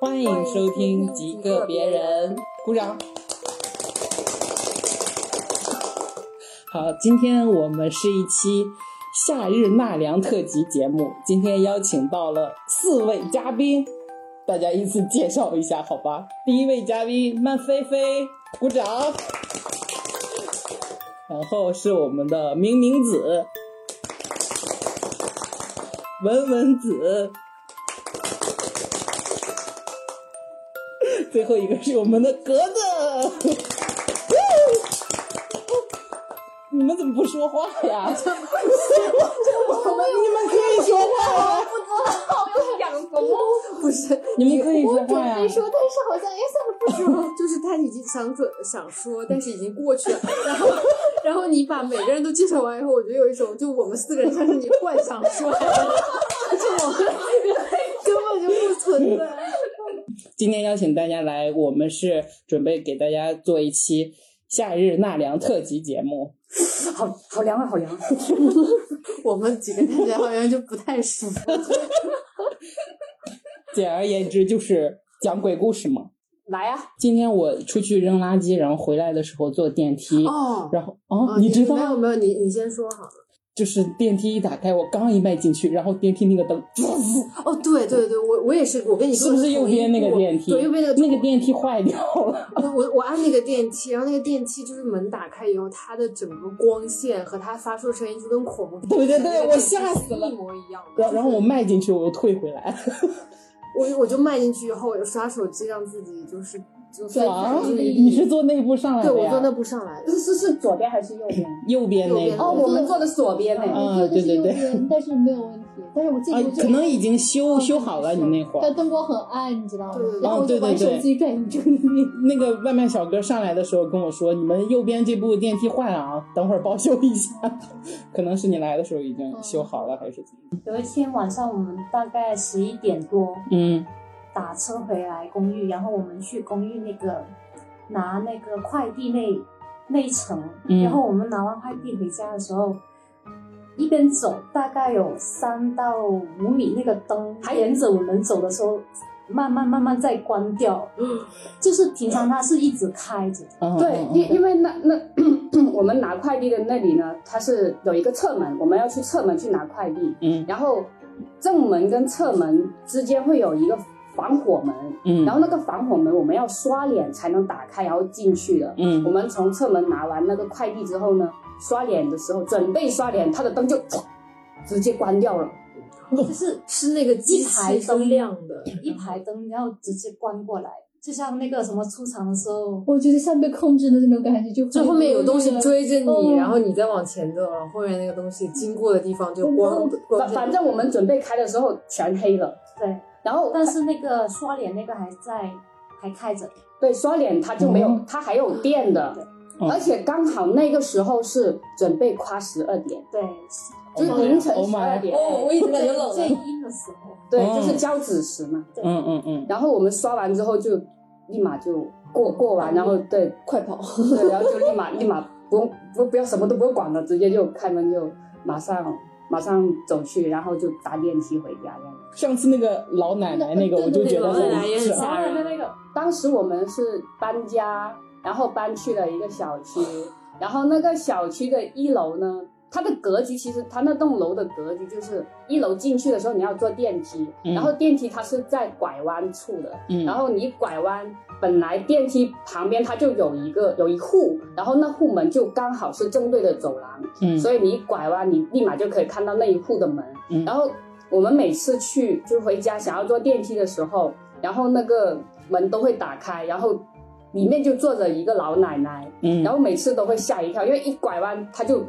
欢迎收听《极个别人》，鼓掌。好，今天我们是一期夏日纳凉特辑节目，今天邀请到了四位嘉宾，大家依次介绍一下，好吧？第一位嘉宾曼菲菲，鼓掌。然后是我们的明明子、文文子，最后一个是我们的格子。你们怎么不说话呀？我们你们可以说话啊呀！不多好，不养啊狗，哦不是，你们可以我说准话啊呀备！说，但是好像哎也想不出。就是他已经想准想说，但是已经过去了。然后， 然后你把每个人都介绍完以后，我觉得有一种就我们四个人像是你幻想出 来的，就是我们根本就不存在。今天邀请大家来，我们是准备给大家做一期夏日纳凉特辑节目。好好凉啊，好凉！我们几个看起来好像就不太舒服。简而言之，就是讲鬼故事嘛。来呀、今天我出去扔垃圾，然后回来的时候坐电梯，哦，然后 哦，啊你知道没有没有，你你先说好了。就是电梯一打开，我刚一迈进去，然后电梯那个灯，哦，对对对，我我也是，我跟你说是不是右边那个电梯？对，右边那个那个电梯坏掉了。我我我按那个电梯，然后那个电梯就是门打开以后，它的整个光线和它发出的声音就跟恐怖片对对对那个电梯我吓死了是一模一样的。然后然后我就是迈进去，我又退回来。我我就迈进去以后，我就刷手机让自己就是就分啊，散注意你力。是坐内部上来对，的我呀？坐那不上来的，是是是左边还是右边？右边那右个。边那哦，个我们坐的左边呢、嗯我做的是对右对对边，但是没有问题。但是我记啊得，就可能已经哦修修好了，你那会但儿。灯光很暗，你知道吗对对？对然后我就哦对玩对对手机转移注意力。那个外卖小哥上来的时候跟我说：“你们右边这部电梯坏了啊，等会儿保修一下。” 可能是你来的时候已哦经修好了，还是怎么？有一天晚上，我们大概十一点多嗯打车回来公寓，然后我们去公寓那个拿那个快递那那一层，嗯然后我们拿完快递回家的时候。一边走，大概有三到五米，那个灯它沿着我们走的时候，慢慢慢慢在关掉。就是平常它是一直开着，嗯，对，嗯因因为那 那我们拿快递的那里呢，它是有一个侧门，我们要去侧门去拿快递，嗯然后正门跟侧门之间会有一个防火门，嗯，然后那个防火门我们要刷脸才能打开，然后进去的。我嗯们从侧门拿完那个快递之后呢，刷脸的时候准备刷脸，它的灯就直接关掉了。就是嗯是那个机一排器是灯亮的，一排灯，然后直接关过来，就像那个什么出场的时候，我觉得像被控制的那种感觉，就就后面有东西追着你，嗯然后你再往前走，然后后面那个东西经过的地方就光光反线反正我们准备开的时候全黑了，对。然后但是那个刷脸那个还在，还开着。对，刷脸它就没有，嗯它还有电的对，嗯而且刚好那个时候是准备跨十二点，对，就是凌晨 Oh 十 my 二点，哦我一直最最阴的时候，对，嗯就是交子时嘛。嗯嗯嗯，然后我们刷完之后就立马就过过完，然后对快跑！对，然后就立马立马不用不不要什么都不用管了，直接就开门就马上马上走去，然后就搭电梯回家这样。上次那个老奶奶那个，我就觉得对对对老奶奶也很是吓啊人然后那个，当时我们是搬家，然后搬去了一个小区，然后那个小区的一楼呢，它的格局其实它那栋楼的格局就是一楼进去的时候你要坐电梯，嗯然后电梯它是在拐弯处的，嗯然后你拐弯，本来电梯旁边它就有一个有一户，然后那户门就刚好是正对着走廊，嗯所以你拐弯，你立马就可以看到那一户的门。嗯然后我们每次去就回家想要坐电梯的时候，然后那个门都会打开，然后里面就坐着一个老奶奶，嗯然后每次都会吓一跳，因为一拐弯她就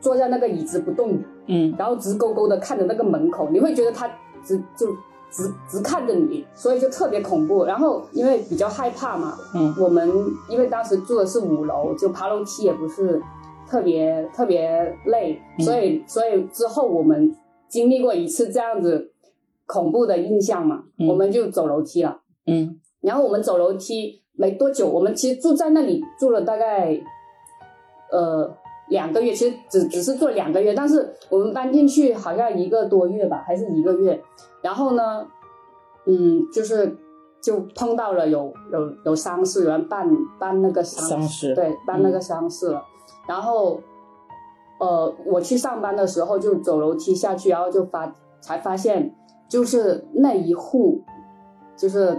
坐在那个椅子不动，嗯然后直勾勾的看着那个门口，你会觉得她直就直直看着你，所以就特别恐怖。然后因为比较害怕嘛，嗯我们因为当时住的是五楼，就爬楼梯也不是特别特别累，嗯所以所以之后我们经历过一次这样子恐怖的印象嘛，嗯我们就走楼梯了。嗯然后我们走楼梯没多久，我们其实住在那里住了大概呃两个月，其实只只是住了两个月，但是我们搬进去好像一个多月吧，还是一个月。然后呢，嗯，就是就碰到了有有有丧事，有人办办那个丧丧事对，办嗯那个丧事了。然后，呃，我去上班的时候就走楼梯下去，然后就发才发现，就是那一户，就是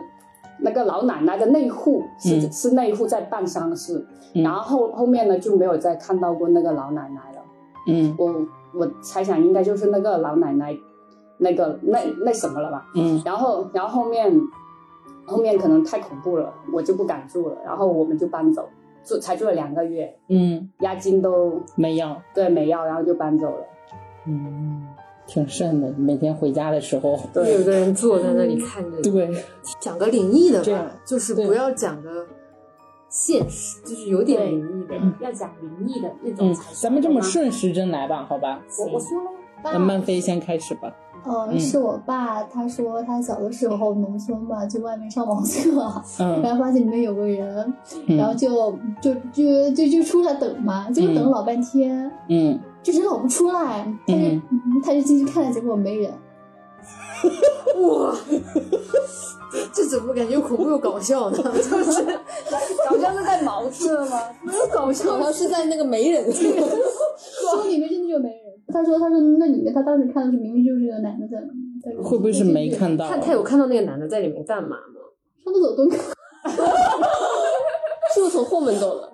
那个老奶奶的那一户是、嗯是那一户在办丧事，嗯然后后面呢就没有再看到过那个老奶奶了。嗯我我猜想应该就是那个老奶奶，那个那那什么了吧？嗯然后然后后面后面可能太恐怖了，我就不敢住了，然后我们就搬走，住才住了两个月，嗯，押金都没要，对没要，然后就搬走了。嗯，挺瘆的。每天回家的时候，对有个人坐在那里看着你，对，讲个灵异的这吧样，就是对不要讲个现实，就是有点对灵异的。嗯要讲灵异的那种嗯才行。，咱们这么好吗，顺时针来嗯吧，好吧？我我说了，那曼飞嗯先开始吧。呃，嗯是我爸，他说他小的时候农村嘛，去外面上网课，嗯然后发现里面有个人，然后嗯就就就就就出来等嘛，就嗯等老半天，嗯，就人老不出来，他就、嗯他就进去看，结果没人，哇， 这这怎么感觉又恐怖又搞笑呢？ 就是好像是在茅厕吗？搞笑， 好像是在那个没人的地方。说里面真的就没人。他说他说那里面他当时看的是明明就是个男的在里面，但嗯会不会是没看到？啊看他有看到那个男的在里面干嘛吗？他不走蹲坑，是不是从后门走了？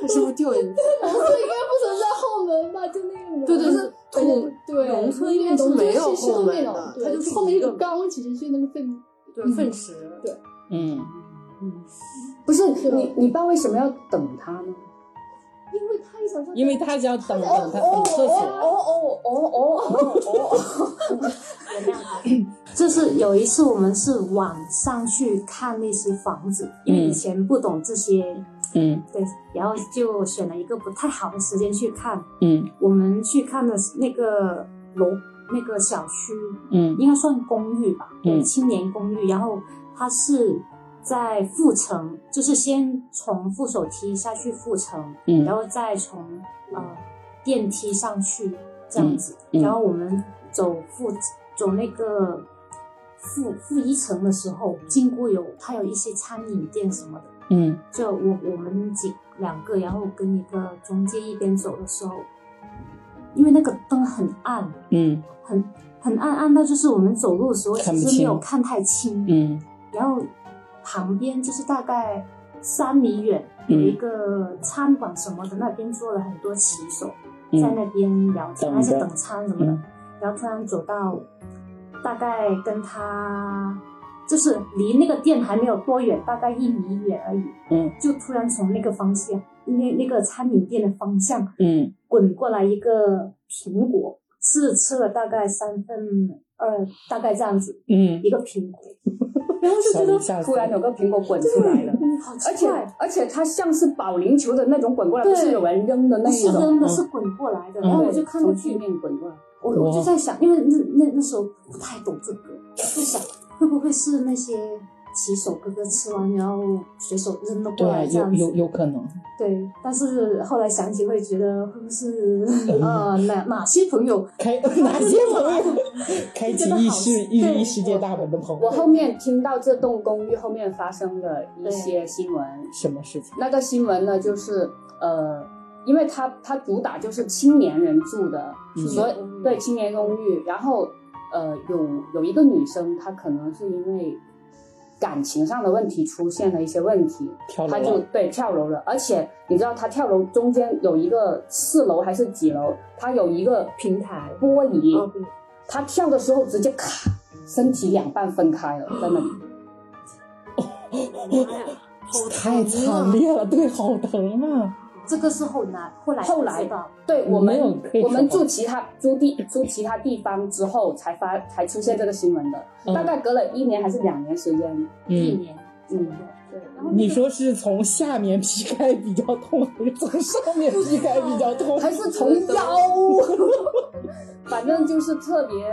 他 是不是掉进去？农村应该不存在后门吧？就那种对对对对土对，农村应该是没有后门的的，它对，就是后面一一个个缸，其实是那个粪对，嗯粪池。嗯，不是是你你爸为什么要等他呢？因为他也想说，因为他想等等他等厕所。哦哦哦哦哦！原谅他。 就是有一次我们是晚上去看那些房子，因为以前不懂这些，嗯对，然后就选了一个不太好的时间去看。嗯我们去看的那个楼，那个小区嗯应该算公寓吧，对，嗯青年公寓。然后它是在负层，就是先从扶手梯下去负层，嗯然后再从呃电梯上去这样子。嗯嗯然后我们走负走那个负负一层的时候，经过有它有一些餐饮店什么的，嗯就我我们几两个，然后跟一个中介一边走的时候，因为那个灯很暗，嗯很很暗，暗到就是我们走路的时候看其不实没有清看太清。嗯然后旁边就是大概三米远嗯有一个餐馆什么的，那边坐了很多骑手，在嗯那边聊天，等还是着等餐什么的。嗯然后突然走到大概跟他就是离那个店还没有多远，大概一米远而已。嗯，就突然从那个方向，那那个餐饮店的方向嗯滚过来一个苹果，是吃了大概三分二，大概这样子嗯，一个苹果。然后就小觉林得吓死突然有个苹果滚出来了，嗯好而奇且怪，而且它像是保龄球的那种滚过来，不是对有人扔的那不一是种，扔的，嗯是滚过来的。嗯然后我对就看过从去地，面滚过来。我我就在想，因为那那那时候不太懂这个，就想会不会是那些骑手哥哥吃完啊然后随手扔了过来对，这有样子有。有可能。对，但是后来想起会觉得会不会是嗯呃哪哪些朋友 开 哪些朋 友？开启异世异对异世界大门的朋我友，后面听到这栋公寓后面发生的一些新闻，什么事情？那个新闻呢，就是呃，因为它它主打就是青年人住的，嗯所以对青年公寓，然后呃有有一个女生，她可能是因为感情上的问题出现了一些问题，跳她楼就了。对跳楼了，而且你知道她跳楼中间有一个四楼还是几楼，她有一个平台玻璃，哦对他跳的时候直接咔，身体两半分开了，在那里。妈哎呀，好太疼啊惨！烈了，对，好疼啊！这个是后来后来后来知道对我没有们可以，嗯我们说住其他租地租其他地方之后才发才出现这个新闻的，嗯大概隔了一年还是两年时间。一嗯，年，嗯，对，然后那个你说是从下面劈开比较痛，还是从上面劈开比较痛？还是从腰， 反正就是特 别。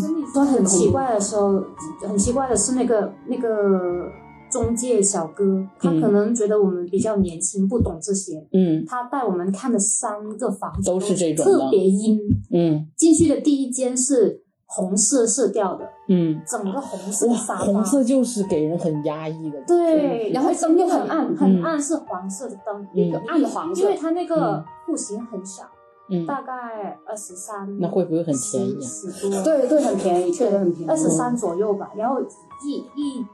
跟你说很奇怪的时候，很奇怪的是那个那个中介小哥，他嗯可能觉得我们比较年轻，不懂这些，嗯他带我们看的三个房子都是这种的特别阴。嗯进去的第一间是红色色调的，嗯，整个红色哇，沙发，红色就是给人很压抑的，对，嗯然后灯又很嗯暗，很暗是黄色的灯，嗯一个暗黄色因为它那嗯个户型很小，嗯，大概二十三，那会不会很便宜啊十十多，对对，很便宜，确实很便宜。嗯二十三左右吧。然后一一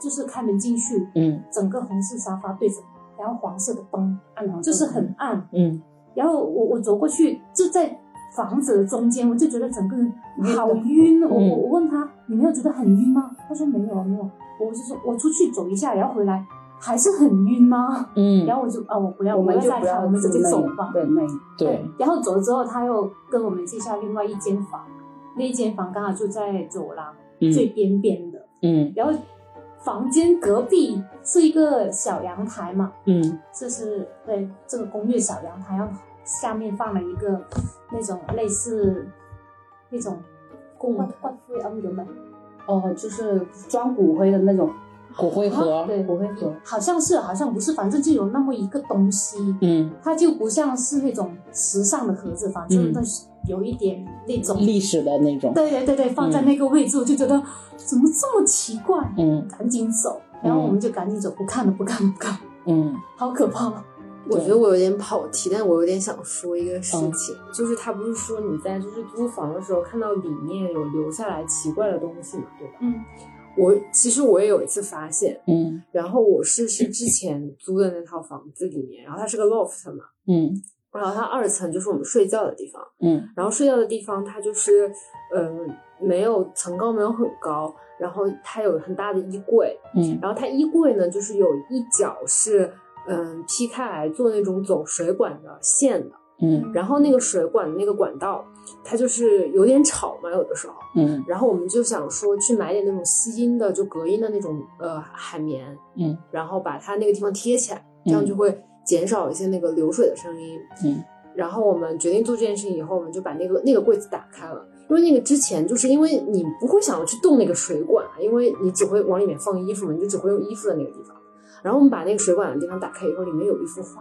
就是开门进去，嗯整个红色沙发对着，然后黄色的灯，暗黄色就是很暗。嗯，然后我我走过去，就在房子的中间，我就觉得整个人好晕。我我我问他，你没有觉得很晕吗？他说没有啊没有。我就说我出去走一下，然后回来还是很晕吗？嗯，然后我就啊我不要，我不们要就再不看，要我们直接住那走一吧。对那一对，然后走了之后，他又跟我们介绍另外一间房，那一间房刚好就在走廊最嗯边边的。嗯然后房间隔壁是一个小阳台嘛，嗯就是对这个公寓小阳台，然后下面放了一个那种类似那种公棺棺灰啊，有没有？哦，就是装骨灰的那种，骨灰盒，对，骨灰盒。好像是，好像不是，反正就有那么一个东西，嗯，它就不像是那种时尚的盒子，反嗯正它是有一点那种。历史的那种，对对对对，嗯放在那个位置，我就觉得怎么这么奇怪，嗯赶紧走，然后我们就赶紧走，不看了，不看了，不看了，嗯好可怕。我觉得我有点跑题，但我有点想说一个事嗯情，就是他不是说你在就是租房的时候看到里面有留下来奇怪的东西嘛，对吧？嗯，我其实我也有一次发现，嗯然后我是是之前租的那套房子里面，然后它是个 loft 嘛，嗯然后它二层就是我们睡觉的地方，嗯然后睡觉的地方它就是，嗯、没有层高没有很高，然后它有很大的衣柜，嗯然后它衣柜呢，就是有一角是嗯劈开来做那种走水管的线的，嗯然后那个水管的那个管道，它就是有点吵嘛，有的时候。嗯然后我们就想说去买点那种吸音的，就隔音的那种呃海绵，嗯，然后把它那个地方贴起来，这样就会减少一些那个流水的声音，嗯。然后我们决定做这件事情以后，我们就把那个那个柜子打开了，因为那个之前就是因为你不会想要去动那个水管，啊因为你只会往里面放衣服嘛，你就只会用衣服的那个地方。然后我们把那个水管的地方打开以后，里面有一幅画，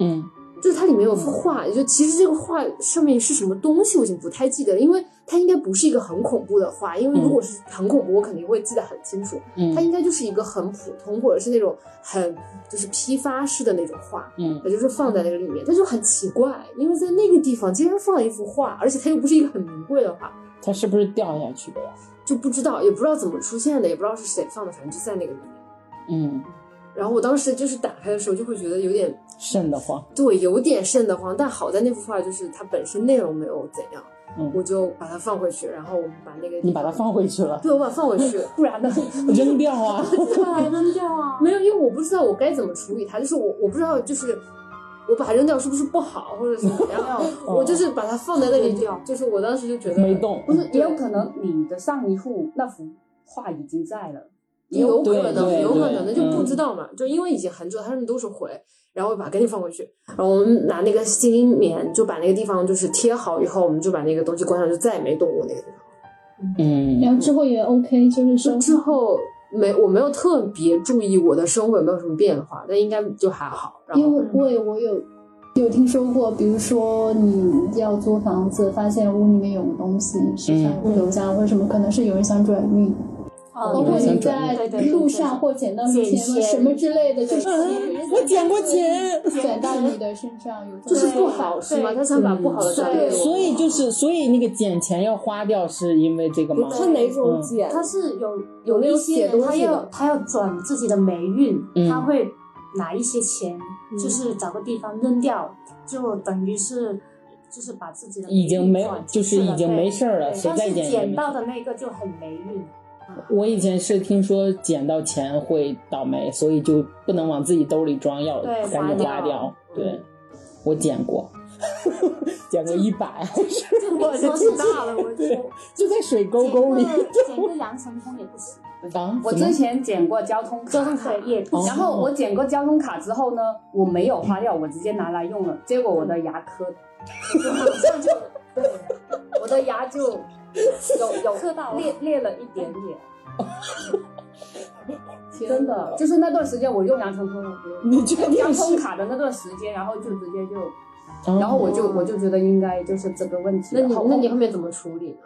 嗯就是它里面有幅画，就其实这个画上面是什么东西我已经不太记得了，因为它应该不是一个很恐怖的画，因为如果是很恐怖，我肯定会记得很清楚。它嗯应该就是一个很普通，或者是那种很就是批发式的那种画，嗯也就是放在那个里面，但就很奇怪，因为在那个地方竟然放了一幅画，而且它又不是一个很名贵的画，它是不是掉下去的呀？就不知道也不知道怎么出现的，也不知道是谁放的，反正就在那个里面。嗯，然后我当时就是打开的时候就会觉得有点瘆得慌。对，有点瘆得慌，但好在那幅画就是它本身内容没有怎样，嗯我就把它放回去，然后我们把那个你把它放回去了， 对，我把它放回去，不然呢？扔掉啊！对啊，扔掉啊！没有，因为我不知道我该怎么处理它，就是我我不知道就是我把它扔掉是不是不好，或者是怎么样，我就是把它放在那里扔掉，就是我当时就觉得没，动，不是，也有可能你的上一户那幅画已经在了。有对可能对有可对能的就不嗯知道嘛，就因为已经很久，他们都是回。然后我把赶紧放回去，然后我们拿那个吸音棉就把那个地方就是贴好以后，我们就把那个东西关上，就再也没动过那个地方。嗯然后之后也 OK，就是就说之后没我没有特别注意我的生活有没有什么变化，但应该就还好。然因后为我也我有有听说过，比如说你要租房子，发现屋里面有个东西是像嗯留下或者什么，可能是有人想转运，哦包啊有括人想你转在运路上或捡到捡钱钱什么之类的，就是嗯我捡过钱，转到你的身上，有就是这不种好是吗？对他想把不好的对转给我，所以就是，所以那个捡钱要花掉，是因为这个吗？是哪种嗯解他是有有那一种些写东人，他西的要他要转自己的霉运，嗯他会拿一些钱，就是找个地方扔掉，就等于是就是把自己的霉运已经没转出就是去了已经对没事儿了，对谁再但捡是也没捡事到的那个就很霉 运，我以前是听说捡到钱会倒霉，所以就不能往自己兜里装，要对赶紧花掉花掉。对，我捡过， 捡过一 百，这个我说是大了，我我就在水沟沟里捡个捡个羊城通也不行，啊！我怎么之前捡过交通交卡，通费也不哦行。然后我捡过交通卡之后呢，我没有花掉，我直接拿来用了，结果我的牙磕，这样就对我的牙就有有磕到了裂裂了一点点，天 真的，就是那段时间我用羊城通，你确定交通是？卡的那段时间，然后就直接就，然哦然后我就我就觉得应该就是这个问题那了。你后 那你后面怎么处理呢？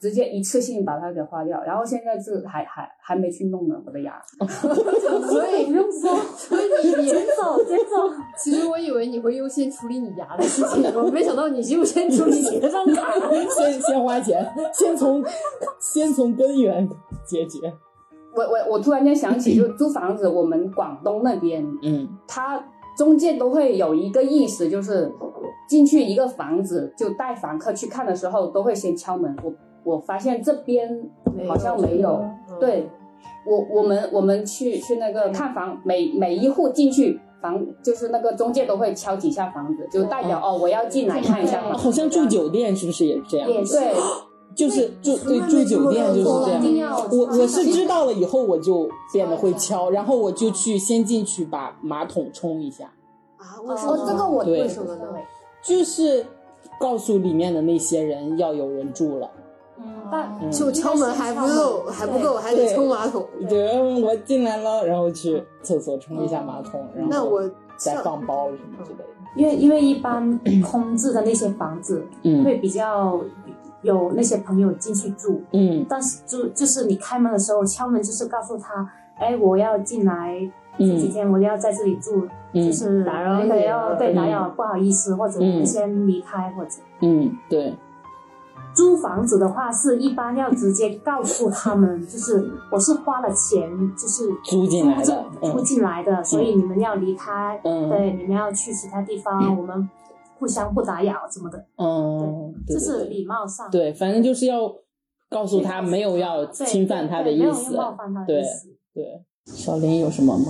直接一次性把它给花掉，然后现在是还还还没去弄呢，我的牙。所以不用说，所以你你捡走捡走。其实我以为你会优先处理你牙的事情，我没想到你是优先处理结账卡。 先先花钱，先从先从根源解决。 我我我突然间想起，就租房子，我们广东那边，嗯，它中介都会有一个意识，就是进去一个房子，就带房客去看的时候，都会先敲门。我我发现这边好像没有，对我我们我们去去那个看房，每每一户进去房，就是那个中介都会敲几下房子，就代表哦我要进来看一下啊房子。好像住酒店是不是也是这样？也是对，就是住对住酒店就是这样一。定要我我是知道了以后我就变得会敲，然后我就去先进去把马桶冲一下，啊，为什么哦这个我对为什么呢？就是告诉里面的那些人要有人住了。嗯，但嗯就敲门还不够，还不够，还得冲马桶。对，嗯我进来了，然后去厕所冲一下马桶，然后那我再上放包什么之类的。因为因为一般空置的那些房子嗯会比较有那些朋友进去住，嗯但是就就是你开门的时候敲门，就是告诉他，哎，我要进来，这几嗯天我要在这里住，嗯就是打扰你那个要了对嗯打扰，不好意思，或者嗯我们先离开，或者嗯，对，租房子的话是一般要直接告诉他们，就是我是花了钱，就是租进来的租租进来的，所以你们要离开，嗯对，你们要去其他地方，我们互相不打扰什么的，嗯，对这对是对礼貌上。对，反正就是要告诉他没有要对侵犯他的对对意没有思要。冒犯他的对意思。对，小林有什么吗？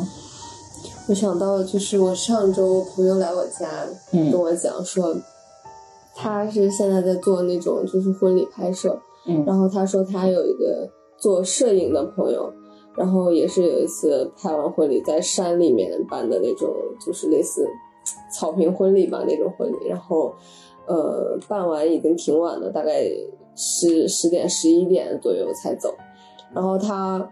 我想到就是我上周朋友来我家，嗯跟我讲说，他是现在在做那种就是婚礼拍摄，嗯然后他说他有一个做摄影的朋友，然后也是有一次拍完婚礼在山里面办的那种，就是类似草坪婚礼吧那种婚礼，然后呃办完已经挺晚了，大概十十点十一点左右才走，然后他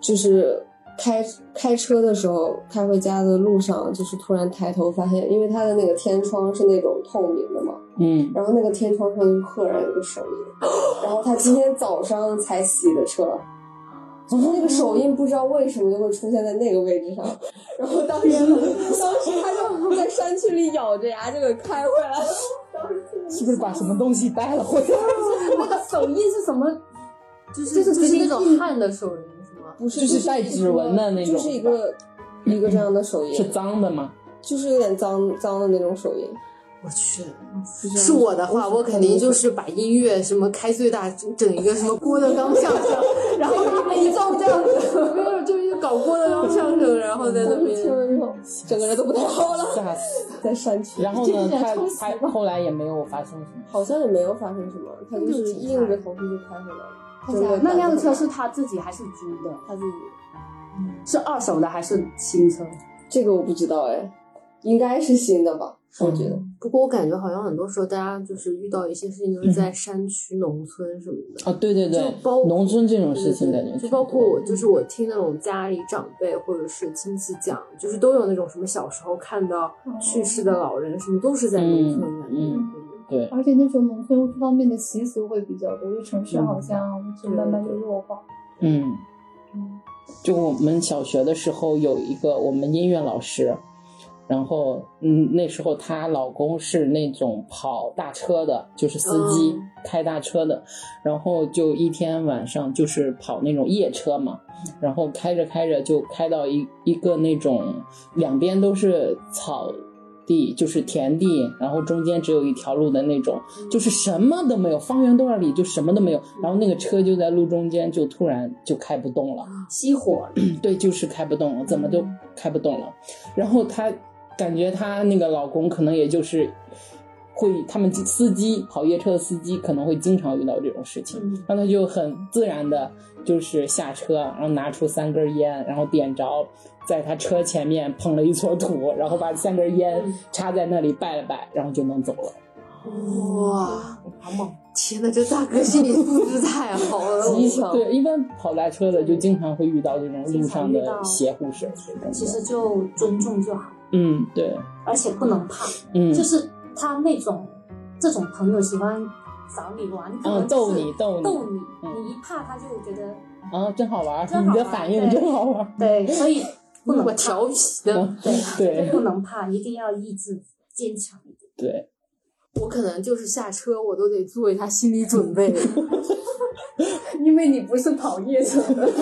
就是开开车的时候，开回家的路上，就是突然抬头发现，因为他的那个天窗是那种透明的嘛，嗯，然后那个天窗上就赫然有个手印，然后他今天早上才洗的车，就是那个手印不知道为什么就会出现在那个位置上，然后当时当时他就在山区里咬着牙就给开回 来了，是不是把什么东西带了回来？那个手印是什么？就是就就是是直接那一种汗的手印是 吗？不是就是一个带指纹的那种就是一个一个这样的手印，是脏的吗？就是有点脏脏的那种手印。我去，就这样是我的话，我肯定就是把音乐什么开最大，整一个什么郭德纲相声，然后他们一照这样子，没有， 就是 搞郭德纲相声，然后在那边听了之后，整个人都不太好了，吓死！在山区。然后呢，他他后来也没有发生什么。好像也没有发生什么，他就是硬着头皮就开回来了。真的那辆车是他自己还是租的？他自己，是二手的还是新车？这个我不知道哎，应该是新的吧？我觉得，不过我感觉好像很多时候大家就是遇到一些事情都是在山区、农村什么的，啊，嗯对对对就包，农村这种事情对感对觉对就包括我，就是我听那种家里长辈或者是亲戚讲，就是都有那种什么小时候看到去世的老人，什么都是在农村的，嗯对，而且那种农村这方面的习俗会比较多，就城市好像就慢慢就弱化。嗯，就我们小学的时候有一个我们音乐老师，然后嗯，那时候她老公是那种跑大车的，就是司机、嗯开大车的，然后就一天晚上就是跑那种夜车嘛，然后开着开着就开到一一个那种两边都是草。地就是田地，然后中间只有一条路的那种，就是什么都没有，方圆多少里就什么都没有。然后那个车就在路中间，就突然就开不动了。熄火了，对，就是开不动了，怎么就嗯开不动了？然后她感觉她那个老公可能也就是会，他们司机跑夜车的司机可能会经常遇到这种事情，嗯然后她就很自然的就是下车，然后拿出三根烟，然后点着，在她车前面捧了一撮土，然后把三根烟嗯插在那里拜了拜，然后就能走了。嗯哦哇，天呐，这大哥心理素质太好了，哦极强对，一般跑大车的就经常会遇到这种经路常上遇的到邪乎事儿。感觉其实就尊重就好，嗯，对，而且不能怕。嗯，就是他那种这种朋友喜欢找你玩，可能嗯，逗你逗就是你，逗你，嗯你一怕他就觉得啊，真好玩儿，真你好的玩儿反应对真好玩儿，对，所以不如能果嗯怕，调皮的，嗯对不能怕，一定要意志坚强一 点。对。我可能就是下车我都得做一下心理准备。嗯因为你不是跑夜场的。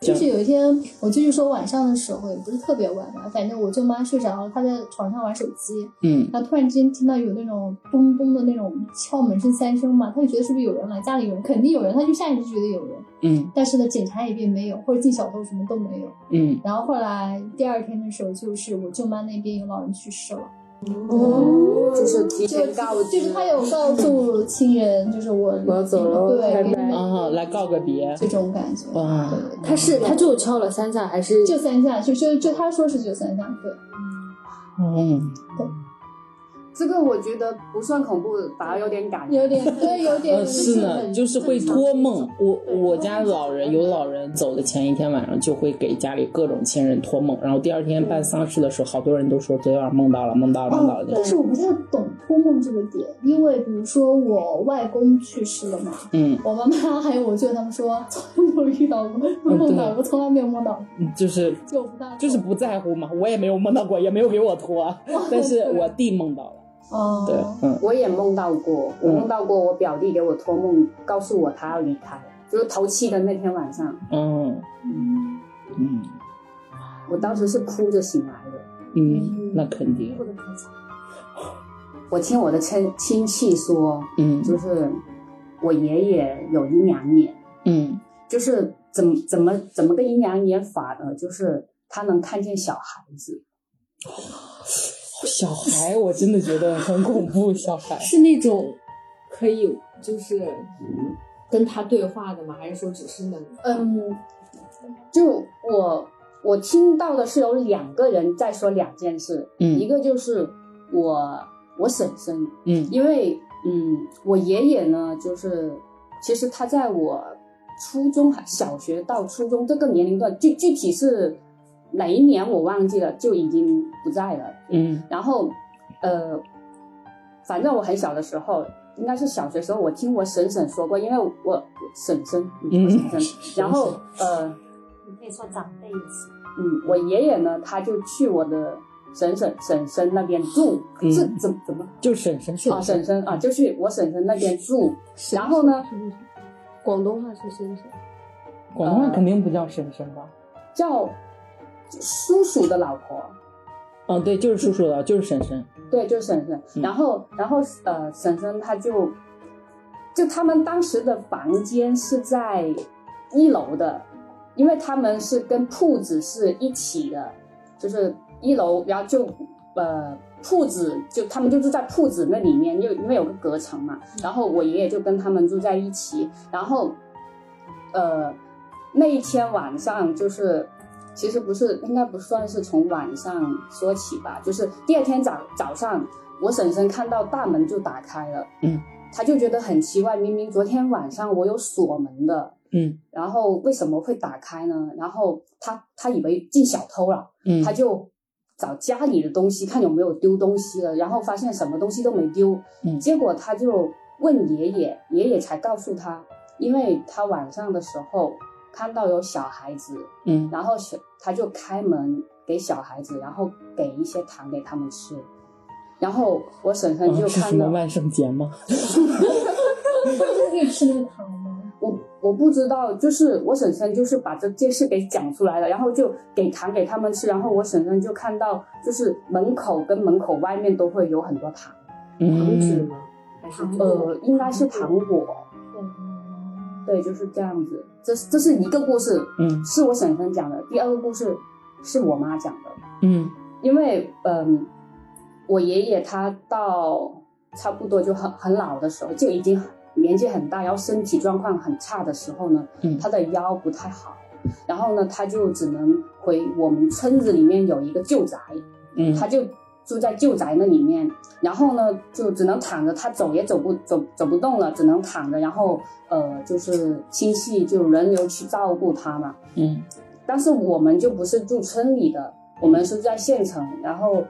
就是有一天，我就是说晚上的时候，也不是特别晚吧，反正我舅妈睡着了，她在床上玩手机，嗯然后突然之间听到有那种咚咚的那种敲门声、三声嘛，她就觉得是不是有人来，家里有人，肯定有人，她就下意识觉得有人，嗯但是呢，检查也并没有，或者进小偷什么都没有。嗯，然后后来第二天的时候，就是我舅妈那边有老人去世了，哦，就是提就前告知，就是她有告诉亲人，就是我我要走了对，拜给他拜们啊，来告个别，这种感觉，哇对对对他是他就敲了三下，还是就三下，就就就他说是就三下，对。嗯，这个我觉得不算恐怖，反而有点感人。有点对，有点呃，是呢，就是会托梦。我我家老人有老人走的前一天晚上，就会给家里各种亲人托梦，然后第二天办丧事的时候，好多人都说昨天晚上梦到了，梦到了，梦到哦了，，但是我不太懂托梦这个点，因为比如说我外公去世了嘛，嗯，我妈妈还有我舅他们说 从来没有遇到过梦到过，从来没有梦到过，就是就不大嗯就是不在乎嘛，我也没有梦到过，也没有给我托，但是我弟梦到了，哦，对，嗯，我也梦到过，我嗯梦到过我表弟给我托梦，告诉我他要离开，就是头七的那天晚上，嗯嗯我当时是哭着醒来的。嗯，那肯定不，能太强，我听我的亲亲戚说，嗯就是我爷爷有阴阳眼，嗯就是怎么怎么怎么个阴阳眼法呢？就是他能看见小孩子，小孩，哎我真的觉得很恐怖。 小孩，是那种可以就是跟他对话的吗？还是说只是能？嗯，就我我听到的是有两个人在说两件事，一嗯个就是我我婶婶，嗯因为嗯，我爷爷呢，就是其实他在我初中、小学到初中这个年龄段，具具体是哪一年我忘记了，就已经不在了。嗯然后，呃，反正我很小的时候，应该是小学时候，我听我婶婶说过，因为我婶婶，嗯，我婶婶， 然后呃。你可以说长辈也是。嗯，我爷爷呢，他就去我的婶婶婶婶那边住，嗯这怎怎么就婶婶啊？婶婶啊，就去我婶婶那边住。然后呢，广东话是深圳，广东话肯定不叫婶婶吧？叫叔叔的老婆，嗯，对，就是叔叔的，就是婶婶。对，就是婶婶。嗯然后，然后呃，婶婶她就就他们当时的房间是在一楼的，因为他们是跟铺子是一起的，就是一楼，然后就呃铺子就他们就住在铺子那里面，因为因为有个隔层嘛，然后我爷爷就跟他们住在一起，然后呃那一天晚上就是。其实不是，应该不算是从晚上说起吧，就是第二天早早上，我婶婶看到大门就打开了，嗯，她就觉得很奇怪，明明昨天晚上我有锁门的，嗯然后为什么会打开呢？然后她她以为进小偷了，嗯他就找家里的东西看有没有丢东西了，然后发现什么东西都没丢，嗯结果他就问爷爷，爷爷才告诉他，因为他晚上的时候看到有小孩子，嗯然后小他就开门给小孩子，然后给一些糖给他们吃，然后我婶婶嗯，就是什看到、么万圣节吗？就是吃那个糖吗？我我不知道，就是我婶婶就是把这件事给讲出来了，然后就给糖给他们吃，然后我婶婶就看到，就是门口跟门口外面都会有很多糖，糖纸嗯吗？还是糖呃，应该是糖果，对，就是这样子。这这是一个故事，嗯是我婶婶讲的；第二个故事是我妈讲的，嗯因为嗯，我爷爷他到差不多就很很老的时候，就已经年纪很大，然后身体状况很差的时候呢，嗯他的腰不太好，然后呢，他就只能回我们村子里面有一个旧宅，嗯他就住在旧宅那里面，然后呢，就只能躺着，他走也走不走走不动了，只能躺着，然后呃，就是亲戚就轮流去照顾他嘛。嗯但是我们就不是住村里的，我们是在县城。然后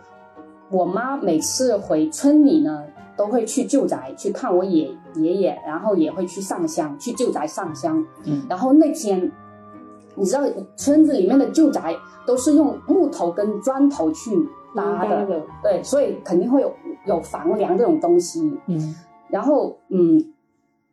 我妈每次回村里呢，都会去旧宅去看我爷爷爷，然后也会去上香，去旧宅上香。嗯然后那天，你知道村子里面的旧宅都是用木头跟砖头去搭的，的，对，所以肯定会有有房梁这种东西。嗯然后嗯，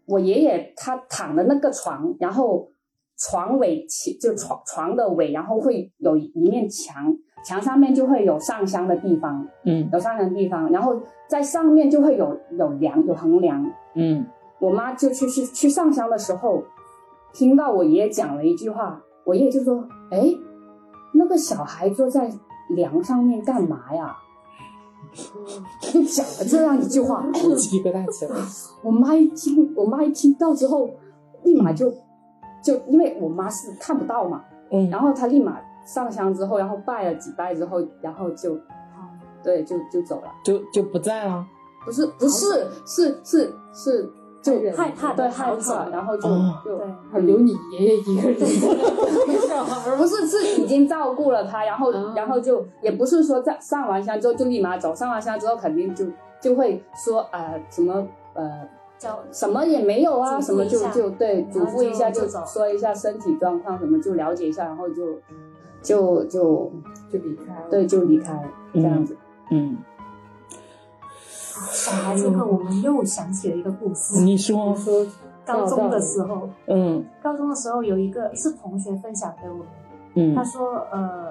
我爷爷他躺的那个床，然后床尾起就床床的尾，然后会有一面墙，墙上面就会有上香的地方，嗯有上香的地方，然后在上面就会有有梁，有横梁。嗯我妈就去去去上香的时候，听到我爷爷讲了一句话，我爷爷就说：“哎，那个小孩坐在梁上面干嘛呀？”就讲了这样一句话，嗯， 鸡皮疙瘩起来了。我妈一听，我妈一听到之后，立马就就因为我妈是看不到嘛，嗯，然后她立马上香之后，然后拜了几拜之后，然后就，对，就就走了。就就不在了。不是不是是是是，就害怕对的害逃走怕，了，然后就哦就对嗯留你爷 爷一个人。不是是已经照顾了他，然后、哦嗯然后就也不是说在上完香之后就立马走，上完香之后肯定就就会说啊、呃什么呃叫什么也没有啊，嘱什咐么一就下就对然后嘱咐一下，就就就走说一下身体状况什么，就了解一下，然后就就就就离开了。对就离开了这样子。嗯，小孩这个，我们又想起了一个故事。你说，说高中的时候，嗯高中的时候有一个是同学分享给我们，嗯他说呃，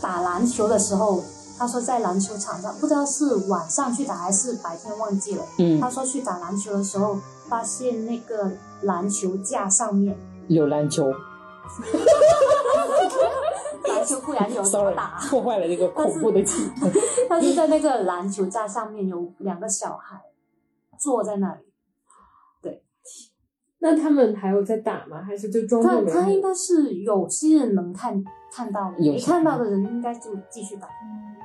打篮球的时候，他说在篮球场上，不知道是晚上去打还是白天忘记了。他嗯，说去打篮球的时候，发现那个篮球架上 面有篮球篮球固然有怎么，sorry，打，破坏了这个恐怖的气氛。但是在那个篮球架上面有两个小孩坐在那里，那他们还有在打吗？还是就装他作他没应有？该是有些人能看看到的，有没些人看到的人应该就继续打。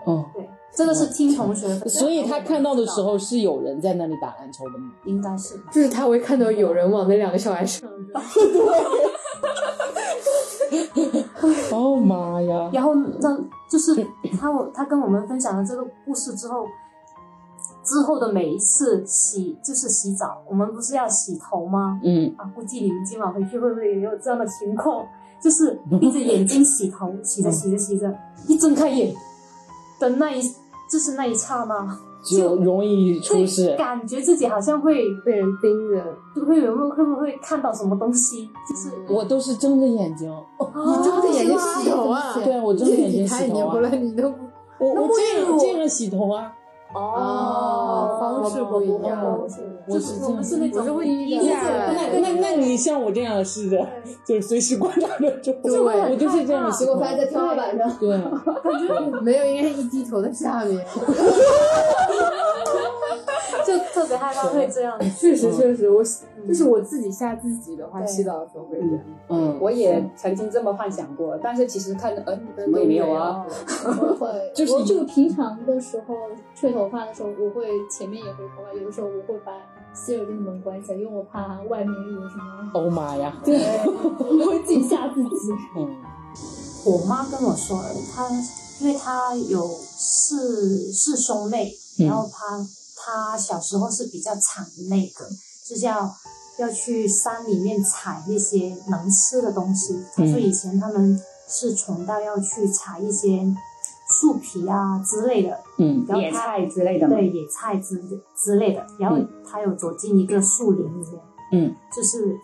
哦，对，这个是听同学分享，所以他看到的时候是有人在那里打篮球的吗？应该是吧就是他会看到有人往那两个小孩身上扔。哦妈呀！然后让就是他我他跟我们分享了这个故事之后，之后的每一次洗就是洗澡，我们不是要洗头吗？嗯啊，估计你们今晚回去会不会也有这样的情况？就是闭着眼睛洗头，洗着洗着洗着，一睁开眼的那一，就是那一刹那，就容易出对，事。感觉自己好像会被人盯着，会有没有会不会看到什么东西？就是我都是睁着眼睛，你睁着眼睛洗头啊对我睁着眼睛太洗牛头了，啊，你都我我这那个我这个洗头啊，哦方式不一样哦我是这样。那种会一那那那你像我这样试着，就是随时观察着周围，我就是这样洗结头果发现在天花板上，对，啊没有，应该一低头在下面。就特别害怕会这样。确实嗯确实，我就是我自己吓自己的话，洗澡的时候会这样。嗯，我也曾经这么幻想过，但是其实看着，呃，什么也没有啊。我会，就是我一就平常的时候吹头发的时候，我会前面也会头发，有的时候我会把洗手间的门关起来，因为我怕外面有什么。哦妈呀，对，我会自己吓自己。嗯我妈跟我说，她因为她有四四兄妹，嗯然后她她小时候是比较惨的那个，就是要要去山里面采那些能吃的东西。她说嗯以前他们是穷到要去采一些树皮啊之类的，嗯然后野她菜之类的嘛，对野菜之之类的，然后他有走进一个树林里面，嗯，就是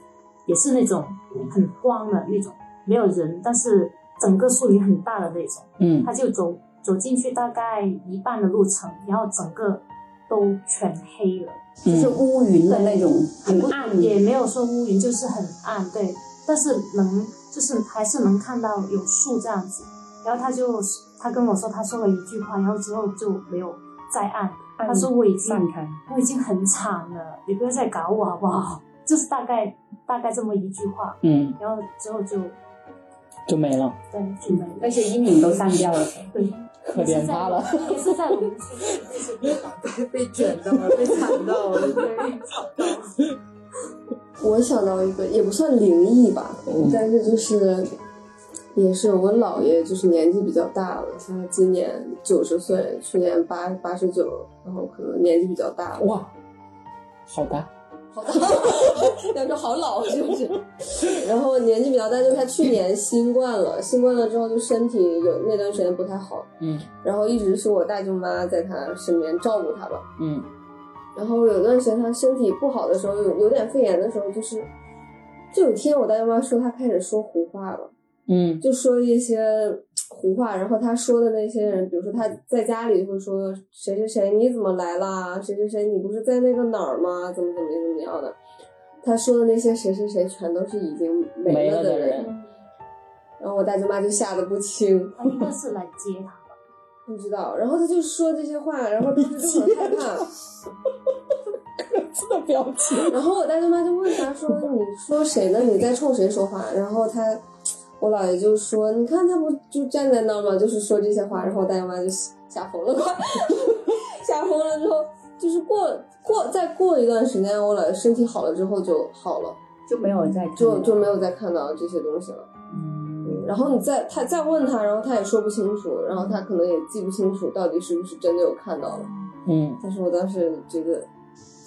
也是那种很荒的那种，没有人，但是整个树林很大的那种，嗯他就走走进去大概一半的路程，然后整个都全黑了，就是嗯乌云的那种，很暗。也没有说乌云，就是很暗，对，但是能就是还是能看到有树这样子，然后他就他跟我说他说了一句话，然后之后就没有再按，他说我已经散开，我已经很惨了，你不要再搞我好不好？ 就是大概大概这么一句话，嗯，然后之后就就没了，对就没了那。些阴影都散掉了。对，可怜他了。也是在我们村子这些地方。嗯 被卷到了，被惨到 哦了。我想到一个，也不算灵异吧，嗯但是就是也是我姥爷，就是年纪比较大了，像他今年九十岁，去年八八十九，然后可能年纪比较大了。 哇，好吧，好大，要说好老是不是？ 然后年纪比较大，就是他去年新冠了，新冠了之后就身体有那段时间不太好，嗯然后一直是我大舅妈在他身边照顾他吧。嗯然后有段时间他身体不好的时候，有有点肺炎的时候，就是就有一天我大舅妈说他开始说胡话了， 嗯就说一些胡话，然后他说的那些人，比如说他在家里会说谁谁谁你怎么来啦，谁谁谁你不是在那个哪儿吗？怎么怎么怎么样的，他说的那些谁谁谁全都是已经没没了了的的人人，然后我大舅妈就吓得不轻，他呃应该是来接他。不知道，然后他就说这些话，然后当时就很害怕。这个表情，然后我大舅妈就问他说：“你说谁呢？你在冲谁说话？”然后他，我姥爷就说：“你看他不就站在那儿吗？就是说这些话。”然后我大舅妈就吓吓疯了， 快吓疯了之后，就是过过再过一段时间，我姥爷身体好了之后就好了，就没有再看就了就没有再看到这些东西了。嗯然后你再他再问他，然后他也说不清楚，然后他可能也记不清楚到底是不是真的有看到了。嗯，但是我当时觉得